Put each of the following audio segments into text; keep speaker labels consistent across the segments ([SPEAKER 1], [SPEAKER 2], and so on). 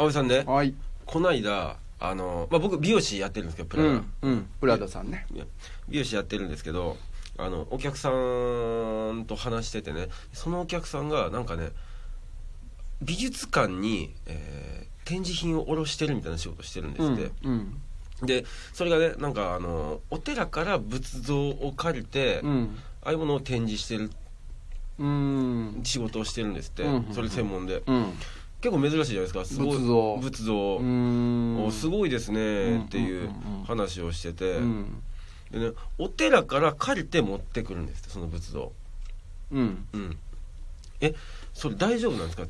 [SPEAKER 1] 葵さんね
[SPEAKER 2] はい
[SPEAKER 1] こないだあの、まあ、僕美容師やってるんですけどプラ
[SPEAKER 2] う
[SPEAKER 1] ダ、
[SPEAKER 2] んうんプラダさんね
[SPEAKER 1] いや美容師やってるんですけどあのお客さんと話しててねそのお客さんがなんかね美術館に、えー展示品を卸してるみたいな仕事してるんですって、
[SPEAKER 2] うん
[SPEAKER 1] でそれがねなんかあのお寺から仏像を借りて、
[SPEAKER 2] う
[SPEAKER 1] あ
[SPEAKER 2] ん
[SPEAKER 1] あいうものを展示してる
[SPEAKER 2] うん
[SPEAKER 1] 仕事をしてるんですって、
[SPEAKER 2] うんうんうん
[SPEAKER 1] それ専門で
[SPEAKER 2] うん
[SPEAKER 1] 結構珍しいじゃないですかすごい
[SPEAKER 2] 仏像
[SPEAKER 1] 仏像、
[SPEAKER 2] うん
[SPEAKER 1] おすごいです
[SPEAKER 2] う
[SPEAKER 1] ね
[SPEAKER 2] ん
[SPEAKER 1] っていう話をしてて、
[SPEAKER 2] うん
[SPEAKER 1] でね、お寺から借りて持ってくるんですってその仏像
[SPEAKER 2] うん
[SPEAKER 1] うんえそれ大丈夫なんですか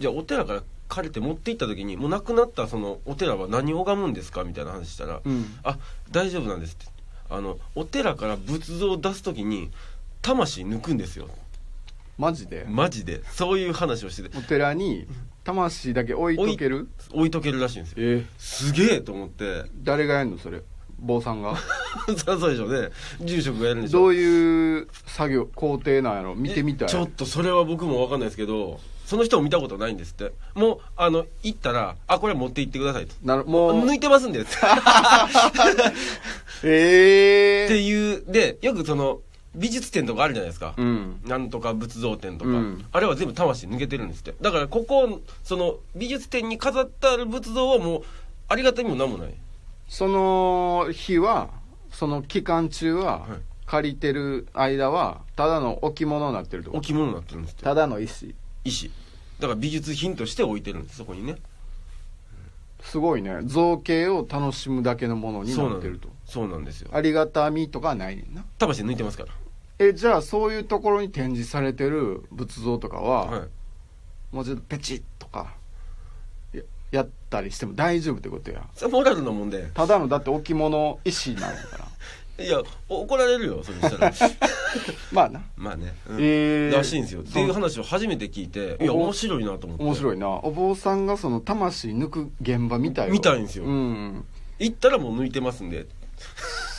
[SPEAKER 1] じゃあお寺から借りて持って行った時にもう亡くなったそのお寺は何を拝むんですかみたいな話したら「
[SPEAKER 2] うん
[SPEAKER 1] あ大丈夫なんです」ってあのお寺から仏像を出す時に魂抜くんですよ
[SPEAKER 2] マジで
[SPEAKER 1] マジでそういう話をしてて
[SPEAKER 2] お寺に魂だけ置いとける
[SPEAKER 1] 置いとけるらしいんですよ
[SPEAKER 2] え
[SPEAKER 1] すげえと思って
[SPEAKER 2] 誰がやんのそれ坊さんが
[SPEAKER 1] そうそうでしょうね住職がやるんでしょ
[SPEAKER 2] どういう作業工程なんやろ見てみたい
[SPEAKER 1] ちょっとそれは僕も分かんないですけどその人を見たことないんですってもうあの行ったら「あこれ持って行ってください」と
[SPEAKER 2] な
[SPEAKER 1] 「
[SPEAKER 2] るもう
[SPEAKER 1] 抜いてますんで」って
[SPEAKER 2] ええ
[SPEAKER 1] いうでよくその美術展とかあるじゃないですか、
[SPEAKER 2] うん
[SPEAKER 1] なんとか仏像展とか、
[SPEAKER 2] うん
[SPEAKER 1] あれは全部魂抜けてるんですってだからここその美術展に飾ってある仏像はもうありがたみもなんもない
[SPEAKER 2] その日はその期間中は、
[SPEAKER 1] はい
[SPEAKER 2] 借りてる間はただの置物になってるってこと
[SPEAKER 1] 置物になってるんですって
[SPEAKER 2] ただの石
[SPEAKER 1] 石だから美術品として置いてるんですそこにね
[SPEAKER 2] すごいね造形を楽しむだけのものに
[SPEAKER 1] そう
[SPEAKER 2] な
[SPEAKER 1] な
[SPEAKER 2] っ
[SPEAKER 1] ん
[SPEAKER 2] てると
[SPEAKER 1] そうなんですよ
[SPEAKER 2] ありがたみとかはないねんな
[SPEAKER 1] 魂抜いてますから
[SPEAKER 2] えじゃあそういうところに展示されてる仏像とかは、
[SPEAKER 1] はい
[SPEAKER 2] もうちょっとペチッとかややったりしても大丈夫ってことや
[SPEAKER 1] それモラルの問題
[SPEAKER 2] ただのだって置物石なんやから
[SPEAKER 1] いやお怒られるよそれしたら
[SPEAKER 2] まあな
[SPEAKER 1] まあね、うん
[SPEAKER 2] えー
[SPEAKER 1] らしいんですよっ
[SPEAKER 2] そう
[SPEAKER 1] ていう話を初めて聞いていや
[SPEAKER 2] お
[SPEAKER 1] 面白いなと思って
[SPEAKER 2] 面白
[SPEAKER 1] い
[SPEAKER 2] いなお坊さんがその魂抜く現場みたいよ
[SPEAKER 1] みたいんですよ
[SPEAKER 2] うん
[SPEAKER 1] 行ったらもう抜いてますんで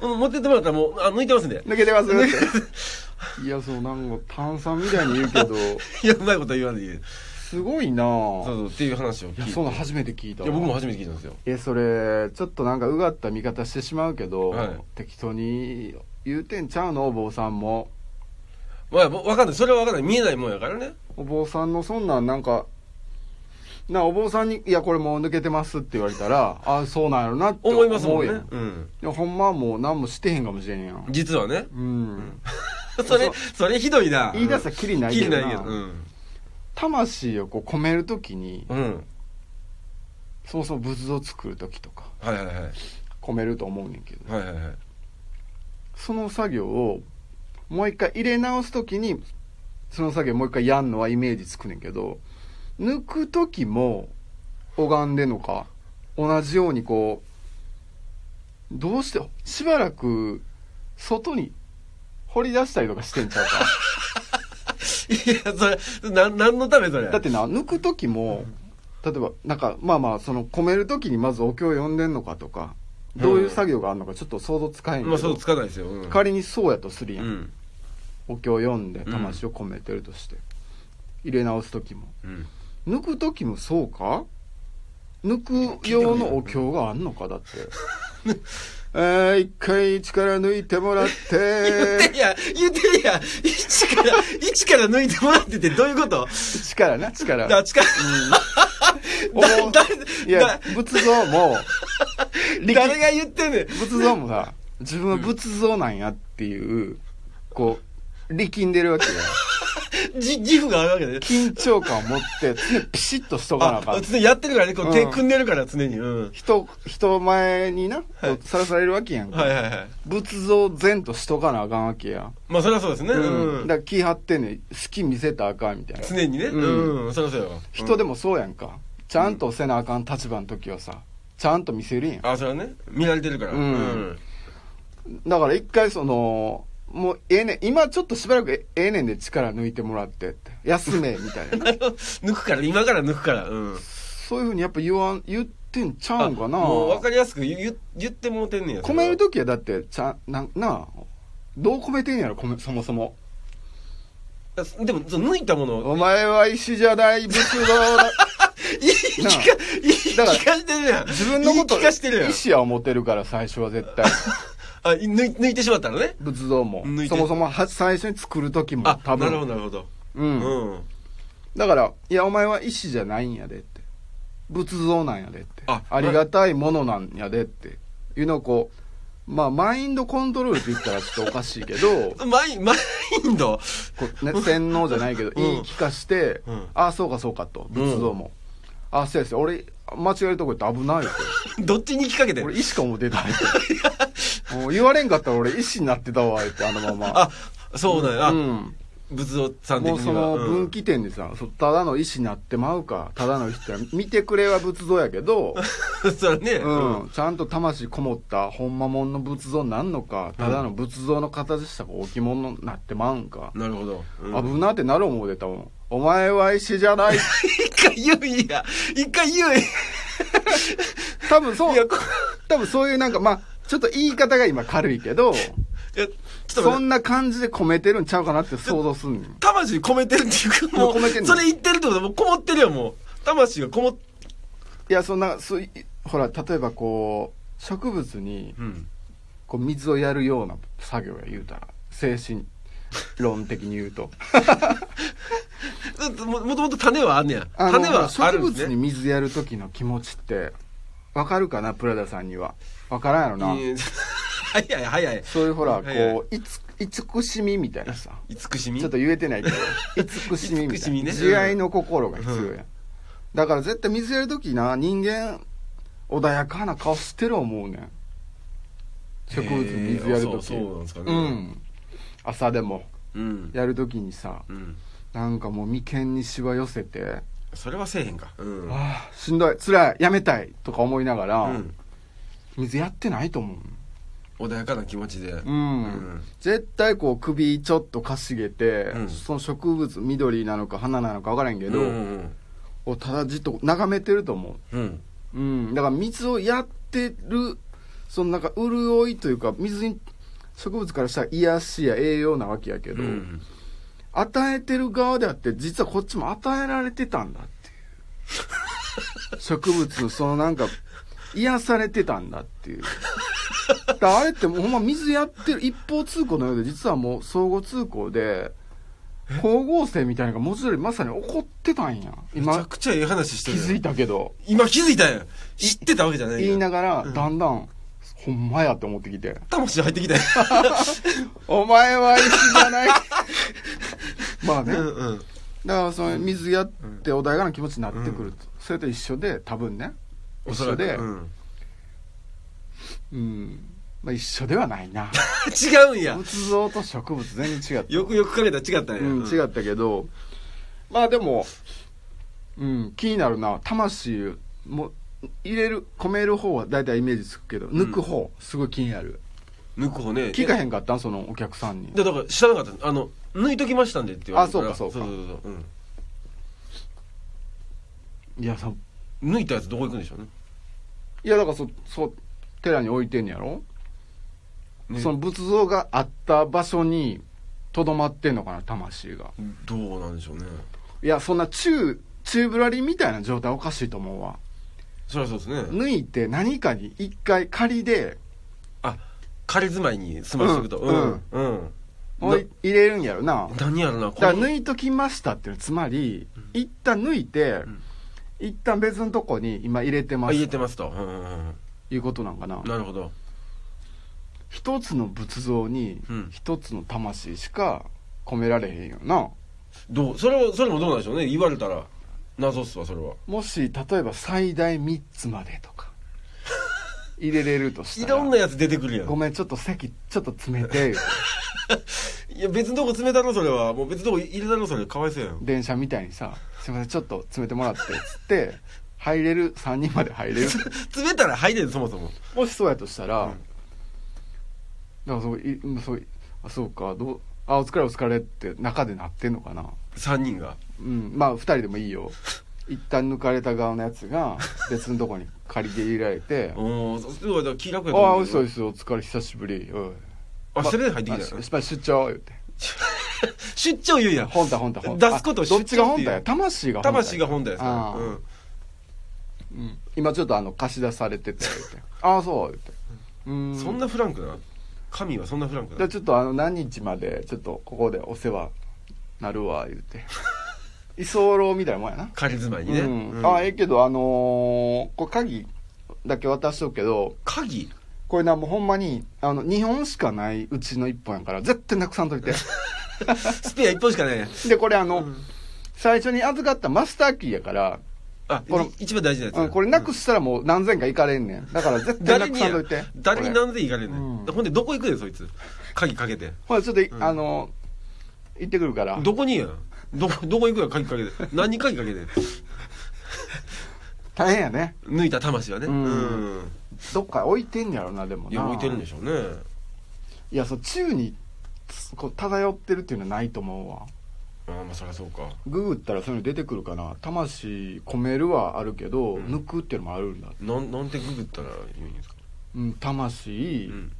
[SPEAKER 1] もう持ってってもらったらもうあ抜いてますんで
[SPEAKER 2] 抜けてますっていやそうなんか炭酸みたいに言う けど
[SPEAKER 1] いやうまいこと言わないです
[SPEAKER 2] ごいな
[SPEAKER 1] そう
[SPEAKER 2] ぁ
[SPEAKER 1] そうっていう話を
[SPEAKER 2] い
[SPEAKER 1] 聞い
[SPEAKER 2] や
[SPEAKER 1] て
[SPEAKER 2] そんなん初めて聞いた
[SPEAKER 1] い
[SPEAKER 2] わ
[SPEAKER 1] や僕も初めて聞いたんですよ
[SPEAKER 2] えそれちょっとなんかうがった見方してしまうけど、
[SPEAKER 1] はい
[SPEAKER 2] 適当に言うてんちゃうのお坊さんも
[SPEAKER 1] まあぼわかんないそれはわかんない見えないもんやからね
[SPEAKER 2] お坊さんのそんなんなんかなお坊さんに「いやこれもう抜けてます」って言われたらああそうなんやろなって
[SPEAKER 1] 思いますもんね
[SPEAKER 2] 思うやん
[SPEAKER 1] うん
[SPEAKER 2] いやほんまはもう何もしてへんかもしれんやん
[SPEAKER 1] 実はね
[SPEAKER 2] うん、
[SPEAKER 1] それそれひどいな
[SPEAKER 2] 言い出したらキリない
[SPEAKER 1] き
[SPEAKER 2] け
[SPEAKER 1] り
[SPEAKER 2] どな
[SPEAKER 1] ないけどうん、
[SPEAKER 2] 魂をこう込めるときに
[SPEAKER 1] うん、
[SPEAKER 2] そもそも仏像作るときとか
[SPEAKER 1] はいはいはい
[SPEAKER 2] 込めると思うねんけど
[SPEAKER 1] はいはいはい
[SPEAKER 2] その作業をもう一回入れ直すときにその作業もう一回やんのはイメージつくねんけど抜く時も拝んでんのか同じようにこうどうしてしばらく外に掘り出したりとかしてんちゃうか
[SPEAKER 1] いやそれな何のためそれ
[SPEAKER 2] だってな抜く時も例えばなんかまあまあその込める時にまずお経を読んでんのかとかどういう作業があるのかちょっと想像つかへんけど、
[SPEAKER 1] まあそうつかないですよ、うん、
[SPEAKER 2] 仮にそうやとするや
[SPEAKER 1] うんん
[SPEAKER 2] お経を読んで
[SPEAKER 1] うん
[SPEAKER 2] 魂を込めてるとして、入れ直す時も
[SPEAKER 1] うん
[SPEAKER 2] 抜く時もそうか抜く用のお経があんのかだってえー、一回力抜いてもらっ
[SPEAKER 1] 言 ってる
[SPEAKER 2] て
[SPEAKER 1] やん言ってるやん一から一から抜いてもらっててどういうこと
[SPEAKER 2] 力な力
[SPEAKER 1] だ力
[SPEAKER 2] おいや
[SPEAKER 1] だ
[SPEAKER 2] 仏像も力
[SPEAKER 1] 誰が言ってんねん
[SPEAKER 2] 仏像もさ自分は仏像なんやっていうこう力んでるわけよ
[SPEAKER 1] じ自負があるわけで
[SPEAKER 2] 緊張感を持って常にピシッとしとかなあか
[SPEAKER 1] あ
[SPEAKER 2] ん
[SPEAKER 1] 常にやってるからねこう手
[SPEAKER 2] うん
[SPEAKER 1] 組んでるから常にうん
[SPEAKER 2] 人人前にな
[SPEAKER 1] はい
[SPEAKER 2] さらされるわけやんか、
[SPEAKER 1] はいはいはい
[SPEAKER 2] 仏像善としとかなあかんわけや、
[SPEAKER 1] まあそりゃそうですね
[SPEAKER 2] う、
[SPEAKER 1] うんん
[SPEAKER 2] だから気張ってんねん好き見せたらあかんみたいな
[SPEAKER 1] 常にね
[SPEAKER 2] うん
[SPEAKER 1] うんそりゃそうよ
[SPEAKER 2] 人で
[SPEAKER 1] も
[SPEAKER 2] もそうやんかちゃんとせなあかん立場の時はさちゃんと見せるやん
[SPEAKER 1] あそれはね見られてるから
[SPEAKER 2] う
[SPEAKER 1] うんん
[SPEAKER 2] だから一回そのもうええねん今ちょっとしばらくえええねんで力抜いてもらってって休めみたい な
[SPEAKER 1] 抜くから今から抜くからうん
[SPEAKER 2] そういうふうにやっぱ言わん言ってんちゃうんかな
[SPEAKER 1] もう分かりやすく言言言ってもうてんねんや
[SPEAKER 2] 込める
[SPEAKER 1] と
[SPEAKER 2] 時はだってちゃんななあどう込めてんやろ込めそもそも
[SPEAKER 1] でもその抜いたものを
[SPEAKER 2] お前は石じゃない仏像だ
[SPEAKER 1] 言い聞か、言い聞かしてるやん。
[SPEAKER 2] 自分のこと、
[SPEAKER 1] 言い
[SPEAKER 2] 意
[SPEAKER 1] 聞かしてるやん。
[SPEAKER 2] 思は持てるから、最初は絶 対。
[SPEAKER 1] あ、抜い抜いてしまったのね。
[SPEAKER 2] 仏像も
[SPEAKER 1] 抜い。て
[SPEAKER 2] そもそもは最初に作る時も
[SPEAKER 1] あ、、
[SPEAKER 2] 多
[SPEAKER 1] なるほど、
[SPEAKER 2] 分。
[SPEAKER 1] なるほど。
[SPEAKER 2] う。
[SPEAKER 1] うんん。
[SPEAKER 2] だから、いや、お前は意思じゃないんやでって。仏像なんやでって。
[SPEAKER 1] あ
[SPEAKER 2] ありがたいものなんやでって。いうのをこう、まあ、マインドコントロールって言ったらちょっとおかしいけ ど、
[SPEAKER 1] マイ、マインド。
[SPEAKER 2] こうね、洗脳じゃないけど、
[SPEAKER 1] ん
[SPEAKER 2] 言い聞かして、
[SPEAKER 1] うん
[SPEAKER 2] ああ、そうかそうかと、仏像も。ああ、そうやそうや、俺、間違えるとこやって危ないよ。
[SPEAKER 1] どっちに引っ掛けて
[SPEAKER 2] 俺、
[SPEAKER 1] る
[SPEAKER 2] 意思かも出ないって。もう言われんかったら俺、意思になってたわ、って、あのまま。
[SPEAKER 1] あ、そうなんや。あ
[SPEAKER 2] うん。
[SPEAKER 1] 仏像さん的
[SPEAKER 2] もうそ
[SPEAKER 1] には。
[SPEAKER 2] の
[SPEAKER 1] うん
[SPEAKER 2] 分岐点でさ、そうただの意思になってまうか、ただの意思って、見てくれは仏像や けど、
[SPEAKER 1] そうだね。
[SPEAKER 2] うん、ちゃんと魂こもった、ほんまもんの仏像なんのか、ただの仏像の形した置物になってまうんか、
[SPEAKER 1] なるほど。うん
[SPEAKER 2] 危なってなる思うでたもん。お前は意思じゃない。
[SPEAKER 1] 一回言うんや。一回言 うんや。
[SPEAKER 2] 多分そ
[SPEAKER 1] いや
[SPEAKER 2] う、 多分そういうなんか、まあ、ちょっと言い方が今軽いけど、
[SPEAKER 1] いやちょっと
[SPEAKER 2] そ
[SPEAKER 1] 待って
[SPEAKER 2] んな感じで込めてるんちゃうかなって想像すんねん。
[SPEAKER 1] 魂込めてるっていうか、もう、
[SPEAKER 2] もう込めてんの
[SPEAKER 1] それ言ってるってことはもうこもってるよ、もう。魂がこもっ、
[SPEAKER 2] いや、そんな、そういほら、例えばこう、植物に、
[SPEAKER 1] うん。
[SPEAKER 2] こう水をやるような作業や言うたら精神論的に言うと
[SPEAKER 1] だってももともと種 はあんねや。
[SPEAKER 2] あの
[SPEAKER 1] 種はあ
[SPEAKER 2] 植
[SPEAKER 1] るん
[SPEAKER 2] 物
[SPEAKER 1] です
[SPEAKER 2] に
[SPEAKER 1] ね。
[SPEAKER 2] 水やる時の気持ちってわかるかなプラダさんにはわからんやろな、
[SPEAKER 1] いや早い早い。
[SPEAKER 2] そういうほら
[SPEAKER 1] はいはい
[SPEAKER 2] こういつ慈しみみたいなさ
[SPEAKER 1] 慈しみ
[SPEAKER 2] ちょっと言え てないけど慈しみみた
[SPEAKER 1] 慈し
[SPEAKER 2] い
[SPEAKER 1] みね
[SPEAKER 2] な、慈愛の心が必要や、んだから絶対水やる時な人間穏やかな顔してる思うねん植物に水やる
[SPEAKER 1] へーあ
[SPEAKER 2] 時
[SPEAKER 1] そうそうなんですかね。
[SPEAKER 2] うん朝でも
[SPEAKER 1] うん。
[SPEAKER 2] やる時にさ、
[SPEAKER 1] うん。
[SPEAKER 2] なんかもう眉間にしわ寄せて、
[SPEAKER 1] それはせえへんか。うん。
[SPEAKER 2] ああ、しんどい、辛い、やめたいとか思いながら、
[SPEAKER 1] うん。
[SPEAKER 2] 水やってないと思う。
[SPEAKER 1] 穏やかな気持ちで。う
[SPEAKER 2] う。ん。
[SPEAKER 1] うん
[SPEAKER 2] 絶対こう首ちょっとかしげて、
[SPEAKER 1] うん
[SPEAKER 2] その植物、緑なのか花なのか分からんけ
[SPEAKER 1] うんう
[SPEAKER 2] ど、
[SPEAKER 1] ん
[SPEAKER 2] をただじっと眺めてると思
[SPEAKER 1] うん。うん。
[SPEAKER 2] う。うん。だから水をやってる、そのなんか潤いというか、水に、植物からしたら癒しや栄養なわけや
[SPEAKER 1] け
[SPEAKER 2] けど、
[SPEAKER 1] ど、うん、
[SPEAKER 2] 与えてる側であって実はこっちも与えられてたんだ っていう植物のそのなんか癒されてたんだっていうだからあれってもうほんま水やってる一方通行のようで実はもう相互通行で光合成みたいなのが文字通りまさに起こってたんや
[SPEAKER 1] めちゃ
[SPEAKER 2] 今
[SPEAKER 1] くちゃええ話して
[SPEAKER 2] 気
[SPEAKER 1] るやん
[SPEAKER 2] づいたけど
[SPEAKER 1] 今気づいたやん知ってたわけじゃないやん
[SPEAKER 2] 言いながら
[SPEAKER 1] うん
[SPEAKER 2] だんだん、ほんまやって思ってきて
[SPEAKER 1] 魂入ってきたやん
[SPEAKER 2] お前は石じ ゃないま あね、
[SPEAKER 1] うんうん
[SPEAKER 2] だからその水やって穏やかな気持ちになってくると、それと一緒で多分ね
[SPEAKER 1] おそらく
[SPEAKER 2] 一緒で
[SPEAKER 1] うん、
[SPEAKER 2] うん、まあ、一緒ではないな
[SPEAKER 1] 違うんや
[SPEAKER 2] 仏像と植物全然違った
[SPEAKER 1] よくよく考えたら違ったんや、
[SPEAKER 2] うん、違
[SPEAKER 1] う
[SPEAKER 2] ったけどまあでも、うん、気になるな魂も入れる込める方は大体イメージつくけど抜く方、すごい気になる
[SPEAKER 1] 抜く方ね
[SPEAKER 2] 聞かへんかったんそのお客さんに
[SPEAKER 1] でだから知らなかったあの抜いときましたんでって言われて
[SPEAKER 2] あそうかそうか
[SPEAKER 1] そうそうそう、
[SPEAKER 2] いやさ
[SPEAKER 1] うん、抜いたやつどこ行くんでしょうね
[SPEAKER 2] いやだからそそう寺に置いてんやろ
[SPEAKER 1] ね
[SPEAKER 2] その仏像があった場所にとどまってんのかな魂が
[SPEAKER 1] どうなんでしょうね
[SPEAKER 2] いやそんな宙宙ぶらりみたいな状態おかしいと思うわ
[SPEAKER 1] そりゃそうですね
[SPEAKER 2] 抜いて何かに一回仮で
[SPEAKER 1] あ仮住まいに住ましておくと
[SPEAKER 2] うん
[SPEAKER 1] うん、うん
[SPEAKER 2] おい入れるんやろな
[SPEAKER 1] な何やろなこ
[SPEAKER 2] だから
[SPEAKER 1] の
[SPEAKER 2] 抜いときましたっていうのはつまり一旦抜いて
[SPEAKER 1] ん
[SPEAKER 2] 一旦別のとこに今入れてま
[SPEAKER 1] あ
[SPEAKER 2] す
[SPEAKER 1] 入れてますと、うんうん
[SPEAKER 2] いうことなんかな
[SPEAKER 1] うん、なるほど
[SPEAKER 2] 一つの仏像に
[SPEAKER 1] うん
[SPEAKER 2] 一つの魂しか込められへんよな
[SPEAKER 1] どうそれはそれもどうなんでしょうね言われたら謎っすわそれは
[SPEAKER 2] もし例えば最大3つまでとか入れれるとし
[SPEAKER 1] い
[SPEAKER 2] たら
[SPEAKER 1] ろんなやつ出てくるやん
[SPEAKER 2] ごめんちょっと席ちょっと詰めて
[SPEAKER 1] いや別のとこ詰めたろそれはもう別のとこ入れたろそれかわいそうやん
[SPEAKER 2] 電車みたいにさ「すいませんちょっと詰めてもらって」っつって入れる3人まで入れる
[SPEAKER 1] 詰めたら入れんそもそも
[SPEAKER 2] もしそうやとしたら、
[SPEAKER 1] うん
[SPEAKER 2] だからそういうんそうあそうかどうあお疲れお疲れって中でなってんのかな
[SPEAKER 1] 3人が
[SPEAKER 2] うんまあ2人でもいいよ一旦抜かれた側のやつが別のとこに仮で入れられて
[SPEAKER 1] おおそそれはだから気楽
[SPEAKER 2] 「
[SPEAKER 1] や
[SPEAKER 2] ああ
[SPEAKER 1] 思
[SPEAKER 2] お
[SPEAKER 1] う
[SPEAKER 2] い
[SPEAKER 1] けど
[SPEAKER 2] しそうですお疲れ久しぶり」おい
[SPEAKER 1] あそれで入ってきた
[SPEAKER 2] ま
[SPEAKER 1] よ
[SPEAKER 2] あしまあ出張言って
[SPEAKER 1] 出張言うやん
[SPEAKER 2] 本体本体本
[SPEAKER 1] 出すことを
[SPEAKER 2] あどっち
[SPEAKER 1] 出張
[SPEAKER 2] が
[SPEAKER 1] っ
[SPEAKER 2] 本
[SPEAKER 1] ていう
[SPEAKER 2] 体や魂が本体
[SPEAKER 1] 魂が本体ですか
[SPEAKER 2] あ
[SPEAKER 1] ら
[SPEAKER 2] ー
[SPEAKER 1] うん
[SPEAKER 2] 今ちょっとあの貸し出されてて」言って「ああそう」言って「うん
[SPEAKER 1] そんなフランクな神はそんなフランク
[SPEAKER 2] じゃ
[SPEAKER 1] な
[SPEAKER 2] あちょっとあの何日までちょっとここでお世話なるわ」言 うて居候みたいなもんやな
[SPEAKER 1] 仮住まいにね、
[SPEAKER 2] うん
[SPEAKER 1] うん
[SPEAKER 2] あええけどあのーこれ鍵だけ渡しとくけど
[SPEAKER 1] 鍵
[SPEAKER 2] これなもうほんまにあの2本しかないうちの1本やから絶対なくさんと いて
[SPEAKER 1] スペア1本しかないやん
[SPEAKER 2] でこれあ
[SPEAKER 1] う
[SPEAKER 2] の、
[SPEAKER 1] ん
[SPEAKER 2] 最初に預かったマスターキーやから、
[SPEAKER 1] あ
[SPEAKER 2] この
[SPEAKER 1] い一番大事なやつ
[SPEAKER 2] う
[SPEAKER 1] や
[SPEAKER 2] ん、これなくしたらもう何千か行かれんねんだから絶対な
[SPEAKER 1] 誰
[SPEAKER 2] く
[SPEAKER 1] に
[SPEAKER 2] さんといて
[SPEAKER 1] や誰に
[SPEAKER 2] これ
[SPEAKER 1] 何で行かれんねん、
[SPEAKER 2] うん
[SPEAKER 1] ほんでどこ行くでそいつ鍵かけて
[SPEAKER 2] ほらちょっと、
[SPEAKER 1] ん
[SPEAKER 2] あの行ってくるから
[SPEAKER 1] どこにやんどこどこ行くやん鍵かけて何に鍵かけてん
[SPEAKER 2] 大変やね
[SPEAKER 1] 抜いた魂はね
[SPEAKER 2] う
[SPEAKER 1] うんん、
[SPEAKER 2] どっか置いてんやろなでもない
[SPEAKER 1] や置いてるんでしょうね
[SPEAKER 2] いやそう宙につこう漂ってるっていうのはないと思うわ
[SPEAKER 1] ああまあそりゃそうか
[SPEAKER 2] ググったらそういうの出てくるかな魂込めるはあるけど、
[SPEAKER 1] うん
[SPEAKER 2] 抜くっていうのもあるんだ、
[SPEAKER 1] なんなんてググったら言うんですか、
[SPEAKER 2] うん、魂、
[SPEAKER 1] うん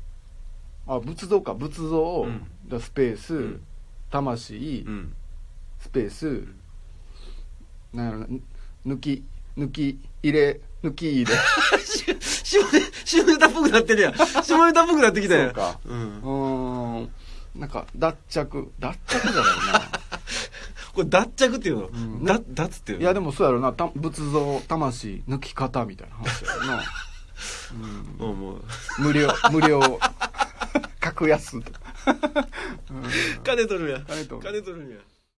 [SPEAKER 2] あ仏像か仏像、
[SPEAKER 1] うん
[SPEAKER 2] だスペース、
[SPEAKER 1] うん
[SPEAKER 2] 魂、
[SPEAKER 1] うん、
[SPEAKER 2] スペース、なんやろな抜き抜き入れ抜き入れ
[SPEAKER 1] 下ネ下ネタっぽくなってるやん下ネタっぽくなってきたやん
[SPEAKER 2] そうか
[SPEAKER 1] うん
[SPEAKER 2] う、ーんなんか脱着脱着じゃないな
[SPEAKER 1] これ脱着っていうの、
[SPEAKER 2] ん
[SPEAKER 1] だ脱っていうの
[SPEAKER 2] いやでもそうやろなた仏像魂抜き方みたいな話やろな、うん
[SPEAKER 1] もうもう
[SPEAKER 2] 無料無料格安と、うん
[SPEAKER 1] 金取るやん
[SPEAKER 2] 金取る
[SPEAKER 1] 金取るやん